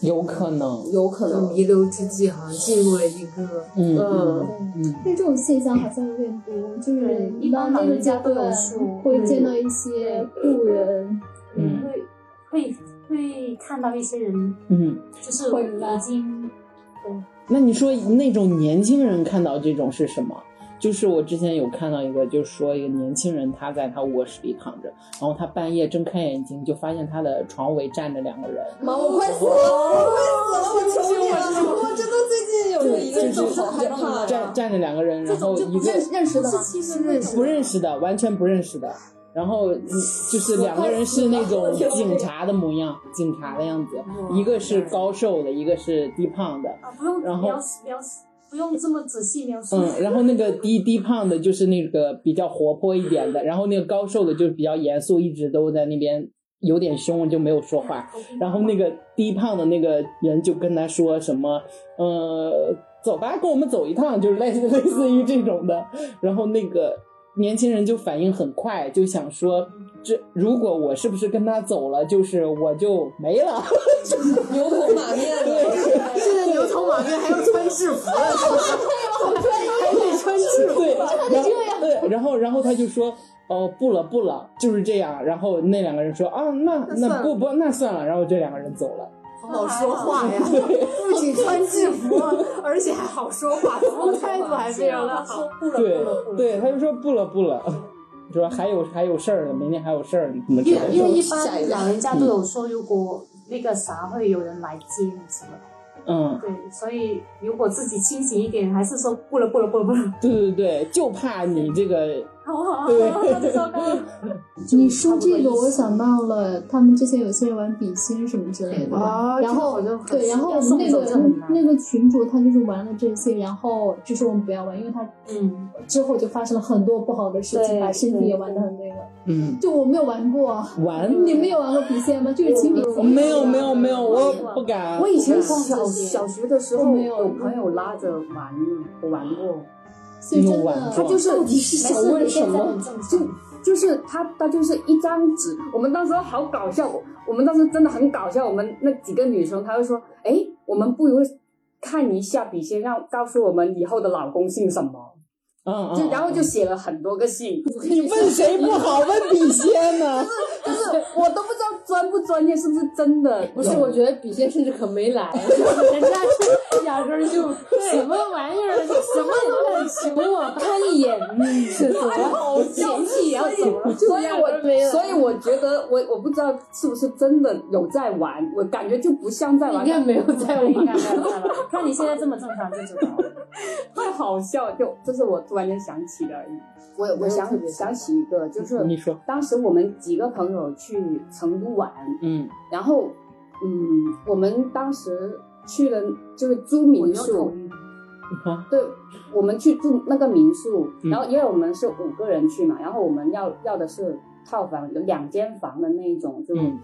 有可能，有可能，弥留嗯之际，好像进入了一个嗯嗯嗯嗯但这种现象好像有点多，就是对一般到那老个人阶家都有段树会嗯见到一些故人，嗯会会会看到一些人，嗯。就是混乱已经那你说那种年轻人看到这种是什么？就是我之前有看到一个，就是说一个年轻人他在他卧室里躺着，然后他半夜睁开眼睛就发现他的床围站着两个人，妈，我快死了，我快死了，我求你了！我真的最近有一个就人是好害怕站呀。站着两个人，然后一个认认识的吗是亲人那种不认识的，完全不认识的。然后嗯就是两个人是那种警察的模样，警察的样子，一个是高瘦的，一个是低胖的。 啊，不用然后描述描述，不用这么仔细描述。嗯，然后那个低低胖的，就是那个比较活泼一点的，然后那个高瘦的就是比较严肃，一直都在那边有点凶，就没有说话。然后那个低胖的那个人就跟他说什么，呃，走吧，跟我们走一趟，就是类似类似于这种的。然后那个年轻人就反应很快，就想说，这如果我是不是跟他走了，就是我就没了。 牛头马面 的，现在牛头马面还要穿制服了，还得穿制服。对，然后对，然后然后他就说。哦，不了不了，就是这样。然后那两个人说啊，那那算那了不不，那算了。然后这两个人走了。好说嗯话呀，不仅穿制服，而且还好说话，服务态度还非常的好。对对，他就说不了不了，说还有还有事儿呢，明天还有事儿呢，怎么之因类为的因为一下般一个老人家嗯都有说，如果那个啥会有人来接你什么的，嗯，对，所以如果自己清醒一点，还是说不了不了不了不了， 对对对，就怕你这个，好不好？对就糟糕了。 你说这个，我想到了，他们之前有些人玩笔芯什么之类的，啊然后这个好像很对，然后我要们送那走这很个难那个群主他就是玩了这些，然后就说我们不要玩，因为他嗯，之后就发生了很多不好的事情，对把身体对也玩得很那个。嗯，就我没有玩过，玩你们有玩过笔仙吗？就是亲笔仙。没有没有没有，我不敢我。以前逛小这些小学的时我候，没有有朋友拉着玩，我玩过。所以真有玩的，过他就是到底是没想事，问你什现在么？很正常就。就是他，他就是一张纸。我们当时好搞笑，我我们当时真的很搞笑。我们那几个女生，她就说：“哎，我们不如看一下笔仙，让告诉我们以后的老公姓什么。嗯嗯，就然后就写了很多个姓，你问谁不好，问笔仙呢？就是我都不知道专不专业，是不是真的？不是，我觉得笔仙甚至可没 来，人家就压根儿就什么玩意儿，什么都敢求我，看一眼，嗯，是走了，嫌弃也要走嗯了，所以压根儿没我有所以我觉得我我不知道是不是真的有在玩，我感觉就不像在玩应，该没有应在该我没有在玩了。那你现在这么正常就知道了。太好笑，就这是我突然间想起的而已。我我想特别想起一个，就是你说，当时我们几个朋友去成都玩，嗯然后嗯，我们当时去了就是租民宿，啊，对，我们去住那个民宿，嗯然后因为我们是五个人去嘛，然后我们要要的是套房，有两间房的那一种，就、嗯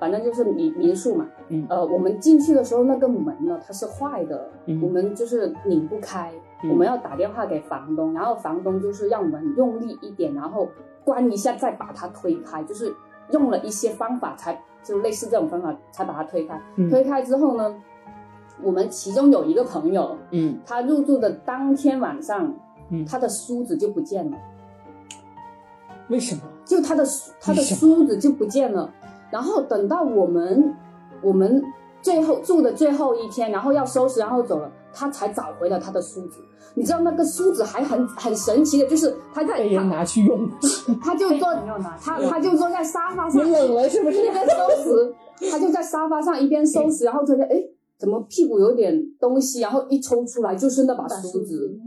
反正就是民民宿嘛。嗯呃，我们进去的时候那个门呢它是坏的，嗯我们就是拧不开，嗯我们要打电话给房东，然后房东就是让我们用力一点，然后关一下再把它推开，就是用了一些方法才就类似这种方法才把它推开。嗯推开之后呢，我们其中有一个朋友，嗯他入住的当天晚上，嗯他的梳子就不见了，为什么？就他的他的什么梳子就不见了。然后等到我们我们最后住的最后一天，然后要收拾，然后走了，他才找回了他的梳子。你知道那个梳子还很很神奇的，就是他在被人拿去用，他他就坐没有拿去他用他就坐在沙发你上，冷了是不是一？边收拾，他就在沙发上一边收拾，然后突然间，哎，怎么屁股有点东西？然后一抽出来就是那把梳子，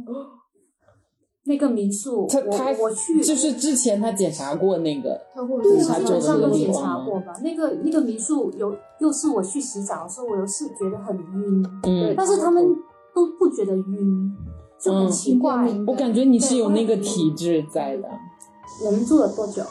那个民宿，他我他我去，就是之前他检查过那个，他会对警啊，察基做的本那上都个检情查况过吧。那个那个民宿有，又是我去洗澡的时候，我又是觉得很晕，嗯，但是他们都不觉得晕，就很嗯奇怪。我感觉你是有那个体质在的，我们住了多久？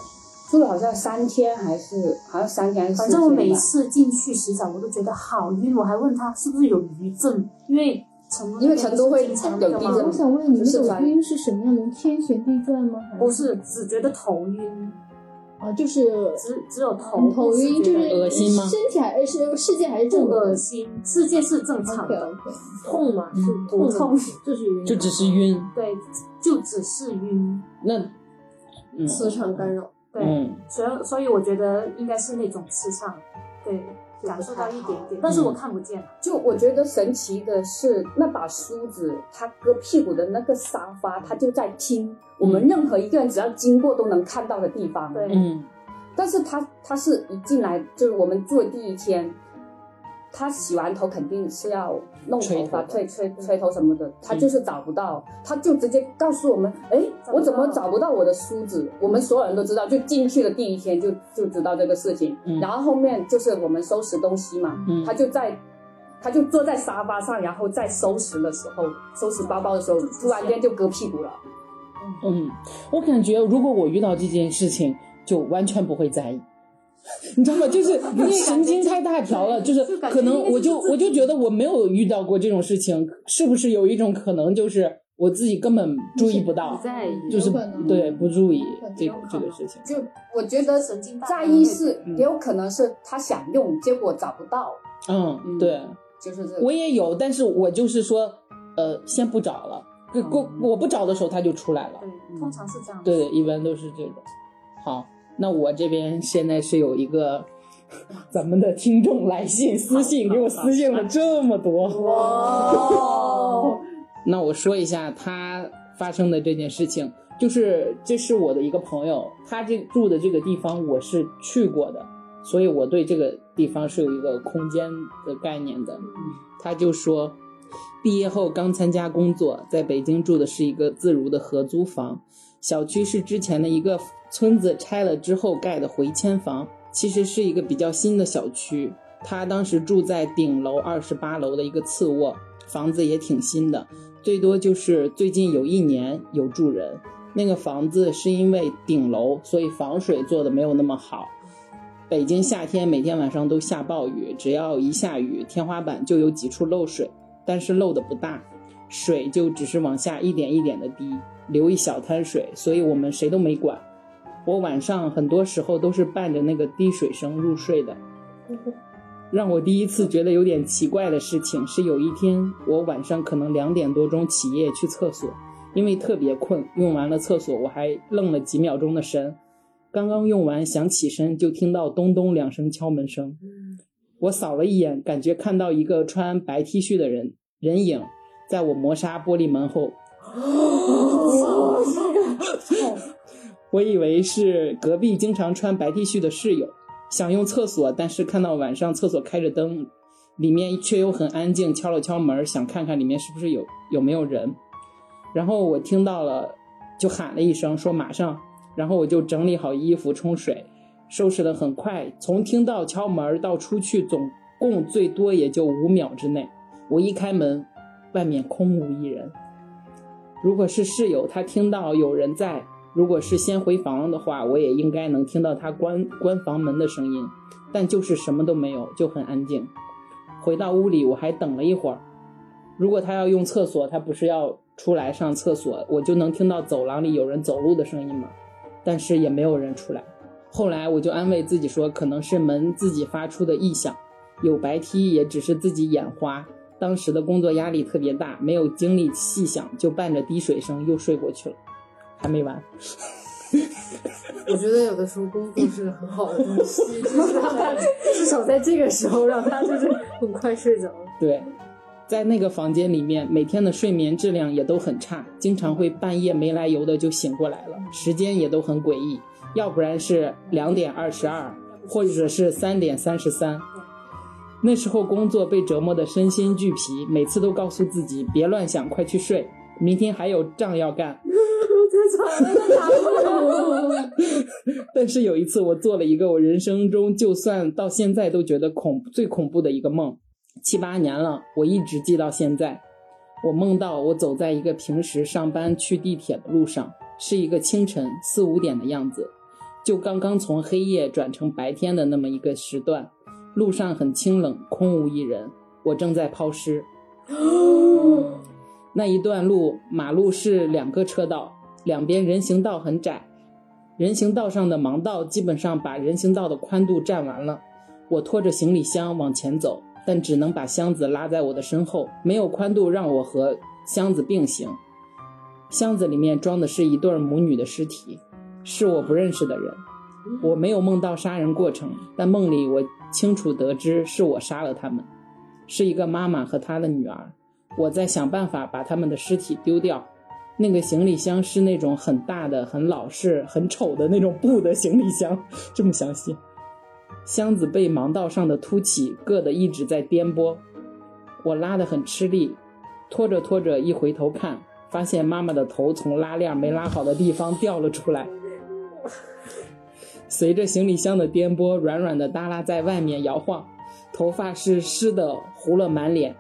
住了好像三天还是好像三天还是四反天正我吧每次进去洗澡，我都觉得好晕，我还问他是不是有余震，因为成都那因为边成都不是会经常有那个地吗震我想问你，就是那烦种晕是什么样的？天旋地转吗？还不是，只觉得头晕，啊，就是嗯只只有嗯头头晕，就只觉是得恶心吗身体还是世界还是正不常恶的心，世界是正常？OK 的， OK，痛嘛，是嗯不痛，痛，就是嗯晕，就只是晕。对，就只是晕，那，嗯磁场干扰，对。嗯，所以所以我觉得应该是那种磁场，对，感受到一点点，但是我看不见。啊就我觉得神奇的是那把梳子，他搁屁股的那个沙发，他就在听我嗯们任何一个人只要经过都能看到的地方。啊对嗯但是他他是一进来就是我们住的第一天，他洗完头肯定是要弄头发、吹吹吹吹头什么的，他就是找不到，他就直接告诉我们，哎，我怎么找不到我的梳子？我们所有人都知道，就进去的第一天就就知道这个事情。嗯然后后面就是我们收拾东西嘛，嗯他就在。他就坐在沙发上，然后在收拾的时候，收拾包包的时候，突然间就割屁股了。嗯，我感觉如果我遇到这件事情，就完全不会在意。你知道吗？就是感觉神经太大条了，就就是就感觉可能应该就是我就自己我就觉得我没有遇到过这种事情，是不是有一种可能就是我自己根本注意不到不，在意，就是有可能对不注意可能这有可这能个事情。就我觉得神经大条在意是嗯也有可能是他想用，结果找不到，嗯，嗯对就是这个。我也有，但是我就是说，呃，先不找了。我我我不找的时候，它就出来了。嗯对，通常是这样。对，一般都是这种。好，那我这边现在是有一个 咱们的听众来信私信给我私信了这么多，哦，那我说一下他发生的这件事情，就是这是我的一个朋友，他这住的这个地方我是去过的，所以我对这个地方是有一个空间的概念的。他就说，毕业后刚参加工作，在北京住的是一个自如的合租房，小区是之前的一个村子拆了之后盖的回迁房，其实是一个比较新的小区。他当时住在顶楼二十八楼的一个次卧，房子也挺新的，最多就是最近有一年有住人。那个房子是因为顶楼，所以防水做的没有那么好。北京夏天每天晚上都下暴雨，只要一下雨，天花板就有几处漏水，但是漏的不大，水就只是往下一点一点的滴，留一小滩水，所以我们谁都没管。我晚上很多时候都是伴着那个滴水声入睡的。让我第一次觉得有点奇怪的事情是，有一天我晚上可能两点多钟起夜去厕所，因为特别困，用完了厕所我还愣了几秒钟的神，刚刚用完想起身，就听到咚咚两声敲门声。我扫了一眼，感觉看到一个穿白 T 恤的人人影，在我磨砂玻璃门后。 我以为是隔壁经常穿白 T 恤的室友，想用厕所，但是看到晚上厕所开着灯，里面却又很安静，敲了敲门，想看看里面是不是有有没有人。然后我听到了，就喊了一声，说马上。然后我就整理好衣服，冲水，收拾的很快。从听到敲门到出去，总共最多也就五秒之内。我一开门，外面空无一人。如果是室友，他听到有人在；如果是先回房的话，我也应该能听到他关关房门的声音。但就是什么都没有，就很安静。回到屋里，我还等了一会儿。如果他要用厕所，他不是要出来上厕所，我就能听到走廊里有人走路的声音吗？但是也没有人出来。后来我就安慰自己说，可能是门自己发出的异响，有白 T 也只是自己眼花，当时的工作压力特别大，没有精力细想，就伴着滴水声又睡过去了。还没完，我觉得有的时候工作是很好的东西， 就是让他至少在这个时候让他就是很快睡着。对，在那个房间里面，每天的睡眠质量也都很差，经常会半夜没来由的就醒过来了，时间也都很诡异，要不然是两点二十二，或者是三点三十三。那时候工作被折磨得身心俱疲，每次都告诉自己别乱想，快去睡，明天还有仗要干。 但是有一次，我做了一个我人生中就算到现在都觉得恐最恐怖的一个梦，七八年了，我一直记到现在。我梦到我走在一个平时上班去地铁的路上，是一个清晨四五点的样子，就刚刚从黑夜转成白天的那么一个时段。路上很清冷，空无一人，我正在抛尸。嗯那一段路，马路是两个车道，两边人行道很窄，人行道上的盲道基本上把人行道的宽度占完了。我拖着行李箱往前走，但只能把箱子拉在我的身后，没有宽度让我和箱子并行。箱子里面装的是一对母女的尸体，是我不认识的人。我没有梦到杀人过程，但梦里我清楚得知是我杀了他们，是一个妈妈和她的女儿。我在想办法把他们的尸体丢掉。那个行李箱是那种很大的、很老式、很丑的那种布的行李箱，这么详细。箱子被盲道上的凸起硌得一直在颠簸，我拉得很吃力，拖着拖着一回头看，发现妈妈的头从拉链没拉好的地方掉了出来， 随着行李箱的颠簸，软软的耷拉在外面摇晃，头发是湿的糊了满脸，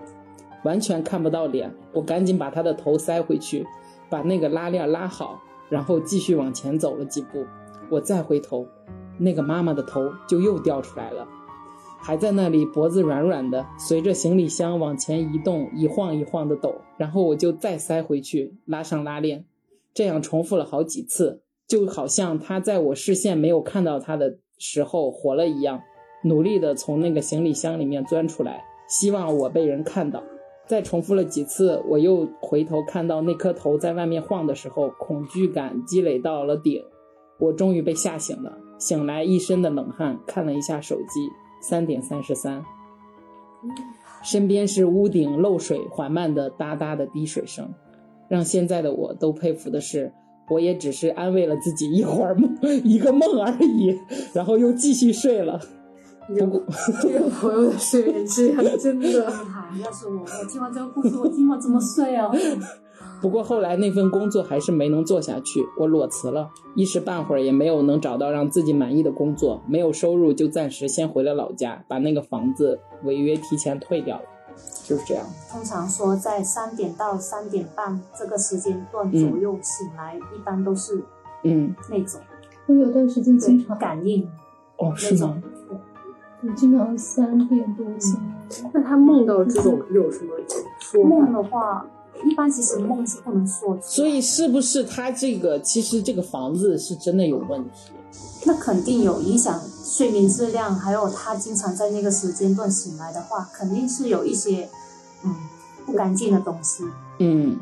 完全看不到脸。我赶紧把他的头塞回去，把那个拉链拉好，然后继续往前走了几步。我再回头，那个妈妈的头就又掉出来了，还在那里，脖子软软的，随着行李箱往前移动，一晃一晃的抖。然后我就再塞回去，拉上拉链，这样重复了好几次，就好像他在我视线没有看到他的时候活了一样，努力的从那个行李箱里面钻出来，希望我被人看到。再重复了几次，我又回头看到那颗头在外面晃的时候，恐惧感积累到了顶，我终于被吓醒了。醒来一身的冷汗，看了一下手机，三点三十三，身边是屋顶漏水缓慢的哒哒的滴水声，让现在的我都佩服的是，我也只是安慰了自己一会儿梦 一个梦而已，然后又继续睡了。不过这个朋友的睡眠质 量真的，哎要是我，我听完这个故事，我今晚怎么 睡啊？不过后来那份工作还是没能做下去，我裸辞了，一时半会儿也没有能找到让自己满意的工作，没有收入就暂时先回了老家，把那个房子违约提前退掉了，就是这样。通常说在三点到三点半这个时间段左右醒来，一般都是嗯，那种我有段时间经 对常感应嗯哦，那是种吗？。我经常三点多嗯醒，那他梦到这种有什么说法？梦的话，一般其实梦是不能说出来所以是不是他这个其实这个房子是真的有问题？那肯定有影响睡眠质量，还有他经常在那个时间段醒来的话，肯定是有一些嗯不干净的东西。嗯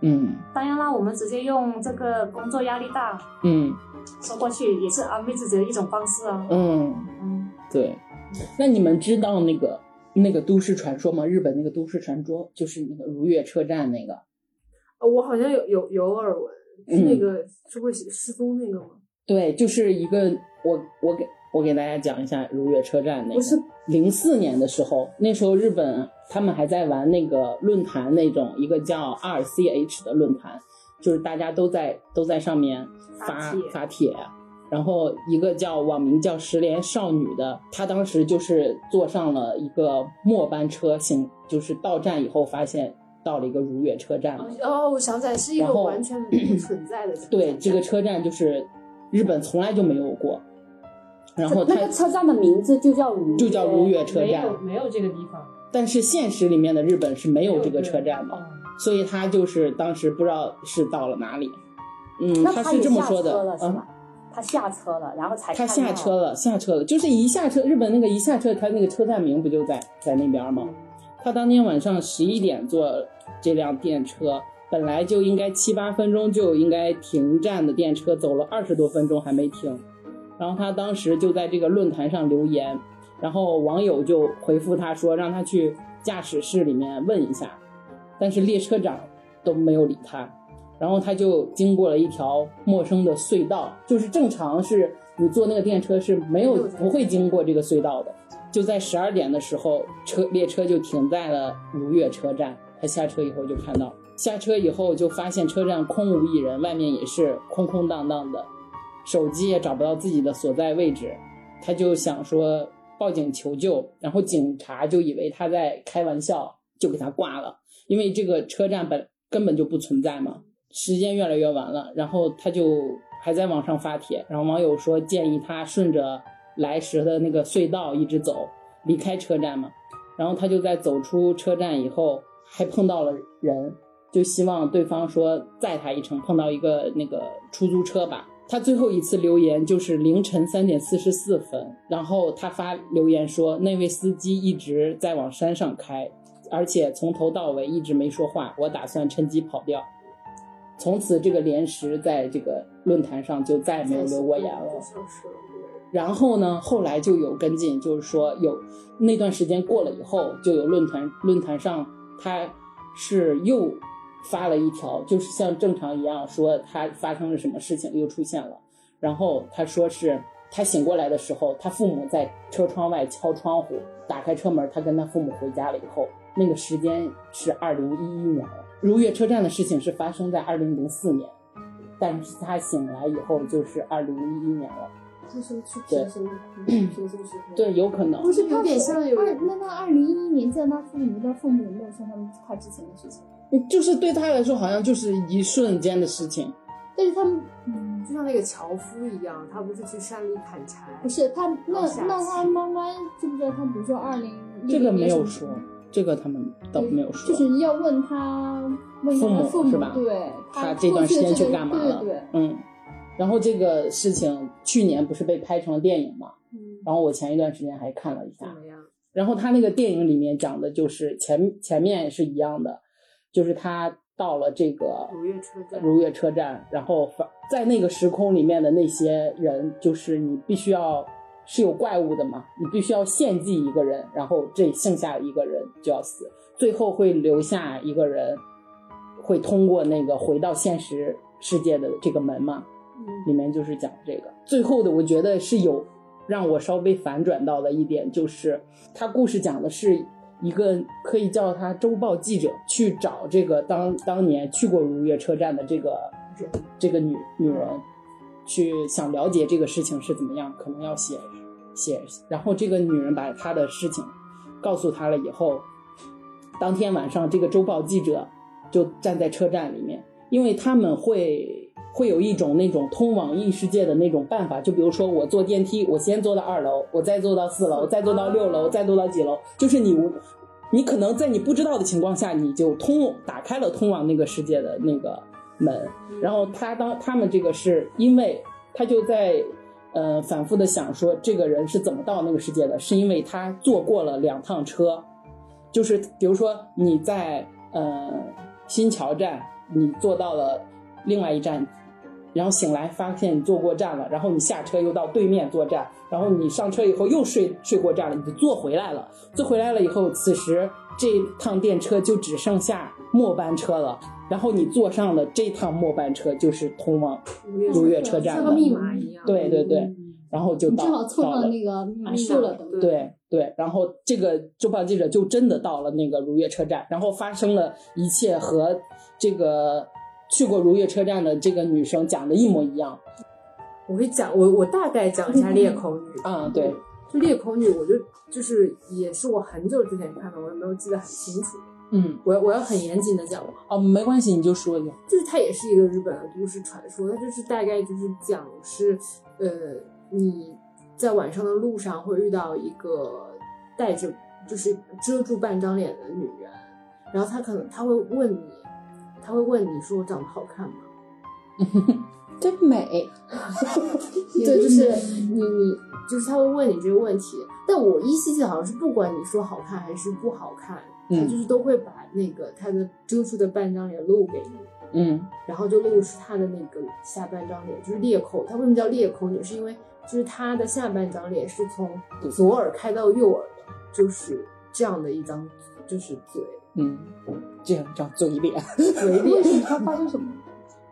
嗯当然啦，我们直接用这个工作压力大嗯说过去，也是安慰自己的一种方式啊。嗯，嗯，对。那你们知道那个那个都市传说吗？日本那个都市传说就是那个如月车站那个。呃我好像有有有耳闻，是那个是会失踪那个吗？对，就是一个我我给我给大家讲一下如月车站那不个是，零四年的时候，那时候日本他们还在玩那个论坛那种一个叫 RCH 的论坛，就是大家都在都在上面发发帖发帖，然后一个叫网名叫十连少女的，她当时就是坐上了一个末班车，醒就是到站以后发现到了一个如月车站了，哦，我想起来是一个然后完全不存在的。对，这个车站就是日本从来就没有过，然后它那个车站的名字就叫如就叫如月车没站，有没有这个地方，但是现实里面的日本是没有这个车站的，哦所以他就是当时不知道是到了哪里。嗯，那他他是也这么下说车的了，是嗯，吧？他下车了，然后才他看下到车了，下车了，就是一下车，日本那个一下车，他那个车站名不就在在那边吗？他当天晚上十一点坐这辆电车，本来就应该七八分钟就应该停站的电车，走了二十多分钟还没停。然后他当时就在这个论坛上留言，然后网友就回复他说让他去驾驶室里面问一下，但是列车长都没有理他。然后他就经过了一条陌生的隧道，就是正常是你坐那个电车是没有不会经过这个隧道的。就在十二点的时候，车列车就停在了如月车站。他下车以后就看到，下车以后就发现车站空无一人，外面也是空空荡荡的，手机也找不到自己的所在位置。他就想说报警求救，然后警察就以为他在开玩笑，就给他挂了，因为这个车站本根本就不存在嘛。时间越来越晚了，然后他就还在网上发帖，然后网友说建议他顺着来时的那个隧道一直走，离开车站嘛。然后他就在走出车站以后，还碰到了人，就希望对方说载他一程，碰到一个那个出租车吧。他最后一次留言就是凌晨三点四十四分，然后他发留言说那位司机一直在往山上开，而且从头到尾一直没说话，我打算趁机跑掉。从此，这个连石在这个论坛上就再也没有留过言了。消失了。然后呢，后来就有跟进，就是说有那段时间过了以后，就有论坛论坛上他是又发了一条，就是像正常一样说他发生了什么事情又出现了。然后他说是他醒过来的时候，他父母在车窗外敲窗户，打开车门，他跟他父母回家了以后，那个时间是二零一一年了。如月车站的事情是发生在二零零四年，但是他醒来以后就是二零一一年了。就是去平行平行时空。对，有可能。不是有点像有二那他二零一一年见他父母，他父母有没有说他们他之前的事情？就是对他来说，好像就是一瞬间的事情。但是他们，嗯，就像那个樵夫一样，他不是去山里砍柴？不是他那往下那他骑妈妈知不知道他？比如说二零这个没有说，这个他们倒没有说。就是要问他问父他母的父母是吧对他这这段时间去去干嘛了对对嗯，然后这个事情去年不是被拍成了电影嘛？嗯，然后我前一段时间还看了一下怎，么样？然后他那个电影里面讲的就是前前面是一样的，就是他到了这个如月车站，如月车站，然后反在那个时空里面的那些人，就是你必须要是有怪物的嘛，你必须要献祭一个人，然后这剩下一个人就要死，最后会留下一个人，会通过那个回到现实世界的这个门嘛，嗯里面就是讲这个。最后的我觉得是有让我稍微反转到的一点，就是他故事讲的是一个可以叫他周报记者去找这个当当年去过如月车站的这个这个女女人，去想了解这个事情是怎么样，可能要写写。然后这个女人把她的事情告诉他了以后，当天晚上这个周报记者就站在车站里面，因为他们会会有一种那种通往异世界的那种办法，就比如说我坐电梯，我先坐到二楼，我再坐到四楼，再坐到六楼，再坐到几楼，就是你无。你可能在你不知道的情况下，你就通打开了通往那个世界的那个门。然后他当他们这个是因为他就在呃反复的想说，这个人是怎么到那个世界的？是因为他坐过了两趟车，就是比如说你在呃新桥站，你坐到了另外一站，然后醒来发现你坐过站了，然后你下车又到对面坐站，然后你上车以后又睡睡过站了，你就坐回来了。坐回来了以后，此时这趟电车就只剩下末班车了，然后你坐上了这趟末班车，就是通往如月车站像的个。密码一样。嗯对对对，然后就你到正好凑到上了啊那个码数了，等于对对，然后这个周报记者就真的到了那个如月车站，然后发生了一切和这个去过如月车站的这个女生讲的一模一样。我会讲，我我大概讲一下裂 口女。嗯，对，就裂口女，我就就是也是我很久之前看的，我也没有记得很清楚。嗯，我我要很严谨的讲，哦，没关系，你就说吧。就是它也是一个日本的都市传说，它就是大概就是讲是，呃，你在晚上的路上会遇到一个戴着就是遮住半张脸的女人，然后她可能她会问你，她会问你说我长得好看吗？真美，对，就是你你就是他会问你这个问题，但我依稀记得好像是不管你说好看还是不好看，他嗯就是都会把那个他的遮住的半张脸露给你，嗯然后就露出他的那个下半张脸，就是裂口。他为什么叫裂口女？是因为就是他的下半张脸是从左耳开到右耳的，就是这样的一张，就是嘴嗯，这样叫嘴脸。嘴 脸，他发生什么？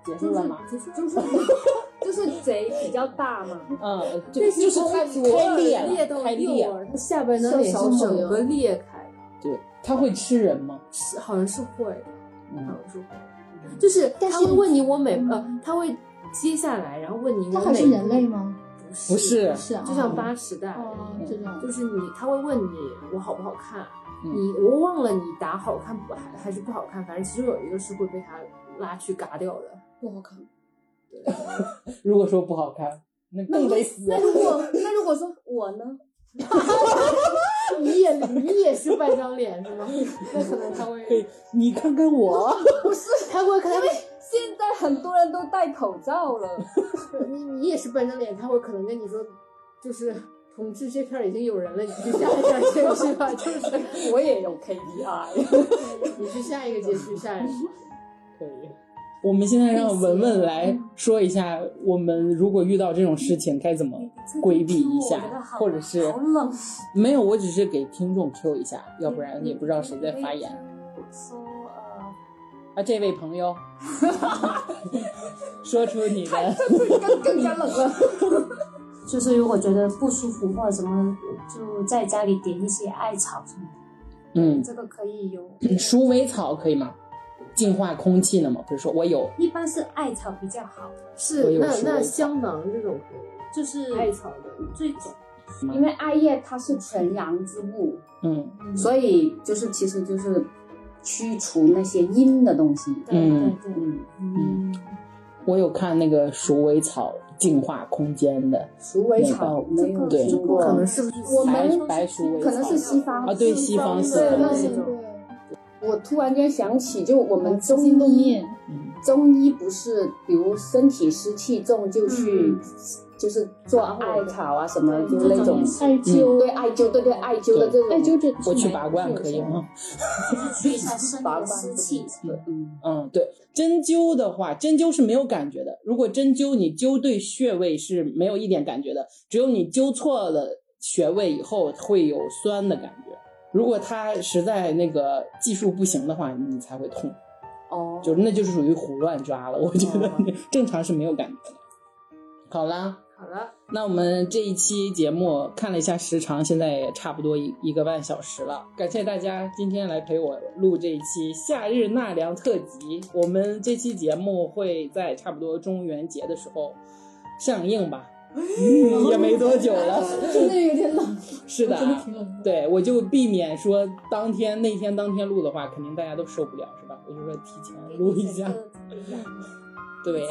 结就束了是吗？ 就是就是就是嘴比较大 嘛，嗯，就但是就是从开左开耳裂裂了，到开裂右了。耳，他下半张脸是整个裂开的，对，他会吃人吗？是好像是会的。好嗯，像是会，就是但他是会问你我每呃，他会接下来，然后问你我他每还是人类？吗？不是，是啊，就像八尺带，哦这种就是你他会问你我好不好看，嗯你我忘了你答好看不还还是不好看，反正其中有一个是会被他拉去嘎掉的。不好看。如果说不好看，那更得 死。如果那如果说我呢，你也你也是半张脸是吗？那可能他会，你看看我，他会可能现在很多人都戴口罩了， 你你也是半张脸，他会可能跟你说，就是同志这片儿已经有人了，你去下一片接去吧，就是。我也有 KPI。你去下一个街区，下一个。可以。我们现在让文文来说一下，我们如果遇到这种事情该怎么规避一下，或者是好冷，没有，我只是给听众 Q 一下，要不然也不知道谁在发言。。说呃，啊，这位朋 友，说出你的，就是如果觉得不舒服或者什么，就在家里点一些艾草什么的，嗯，这个可以有。鼠尾草可以吗？净化空气呢吗？不是说我有，一般是艾草比较好，我是有那时候那也香囊这种就是艾草的，最种因为艾叶它 是纯阳之物，嗯所以就是其实就是驱除那些阴的东西。对对嗯对，嗯，嗯，我有看那个鼠尾草净化空间的，鼠尾草那没有对听不过，可可能能是是不不是是我白们白鼠尾草，可能是西方啊，对，西方西色对方的的那那些种，对，我突然间想起，就我们中心动医念，嗯中医不是，比如身体湿气重就去嗯，就是做艾草啊什么，对就是那种这艾嗯灸，对艾灸， 对对艾灸的哎这种艾灸这我去拔罐可以吗？就是去一下身体拔的罐湿气。对，嗯，嗯，对，针灸的话，针灸是没有感觉的。如果针灸你灸对穴位是没有一点感觉的，只有你灸错了穴位以后会有酸的感觉。如果他实在那个技术不行的话，你才会痛，哦，就那就是属于胡乱抓了。我觉得你正常是没有感觉的。好啦，好了，那我们这一期节目看了一下时长，现在也差不多一一个半小时了。感谢大家今天来陪我录这一期夏日纳凉特辑。我们这期节目会在差不多中元节的时候上映吧，哎嗯 也没多久了。 真的有点冷，是的，真的挺冷的。对我就避免说当天那天当天录的话，肯定大家都受不了，是吧？我就说提前录一下。对，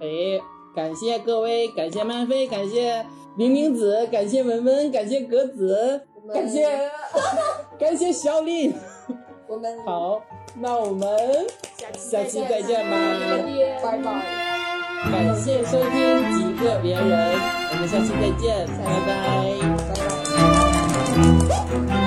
哎，感谢各位，感谢曼飞，感谢明明子，感谢文文，感谢格子，感谢 感谢小林。我们好，那我们下期再见吧，拜拜。感谢收听几个别人，我们下期再见，拜拜。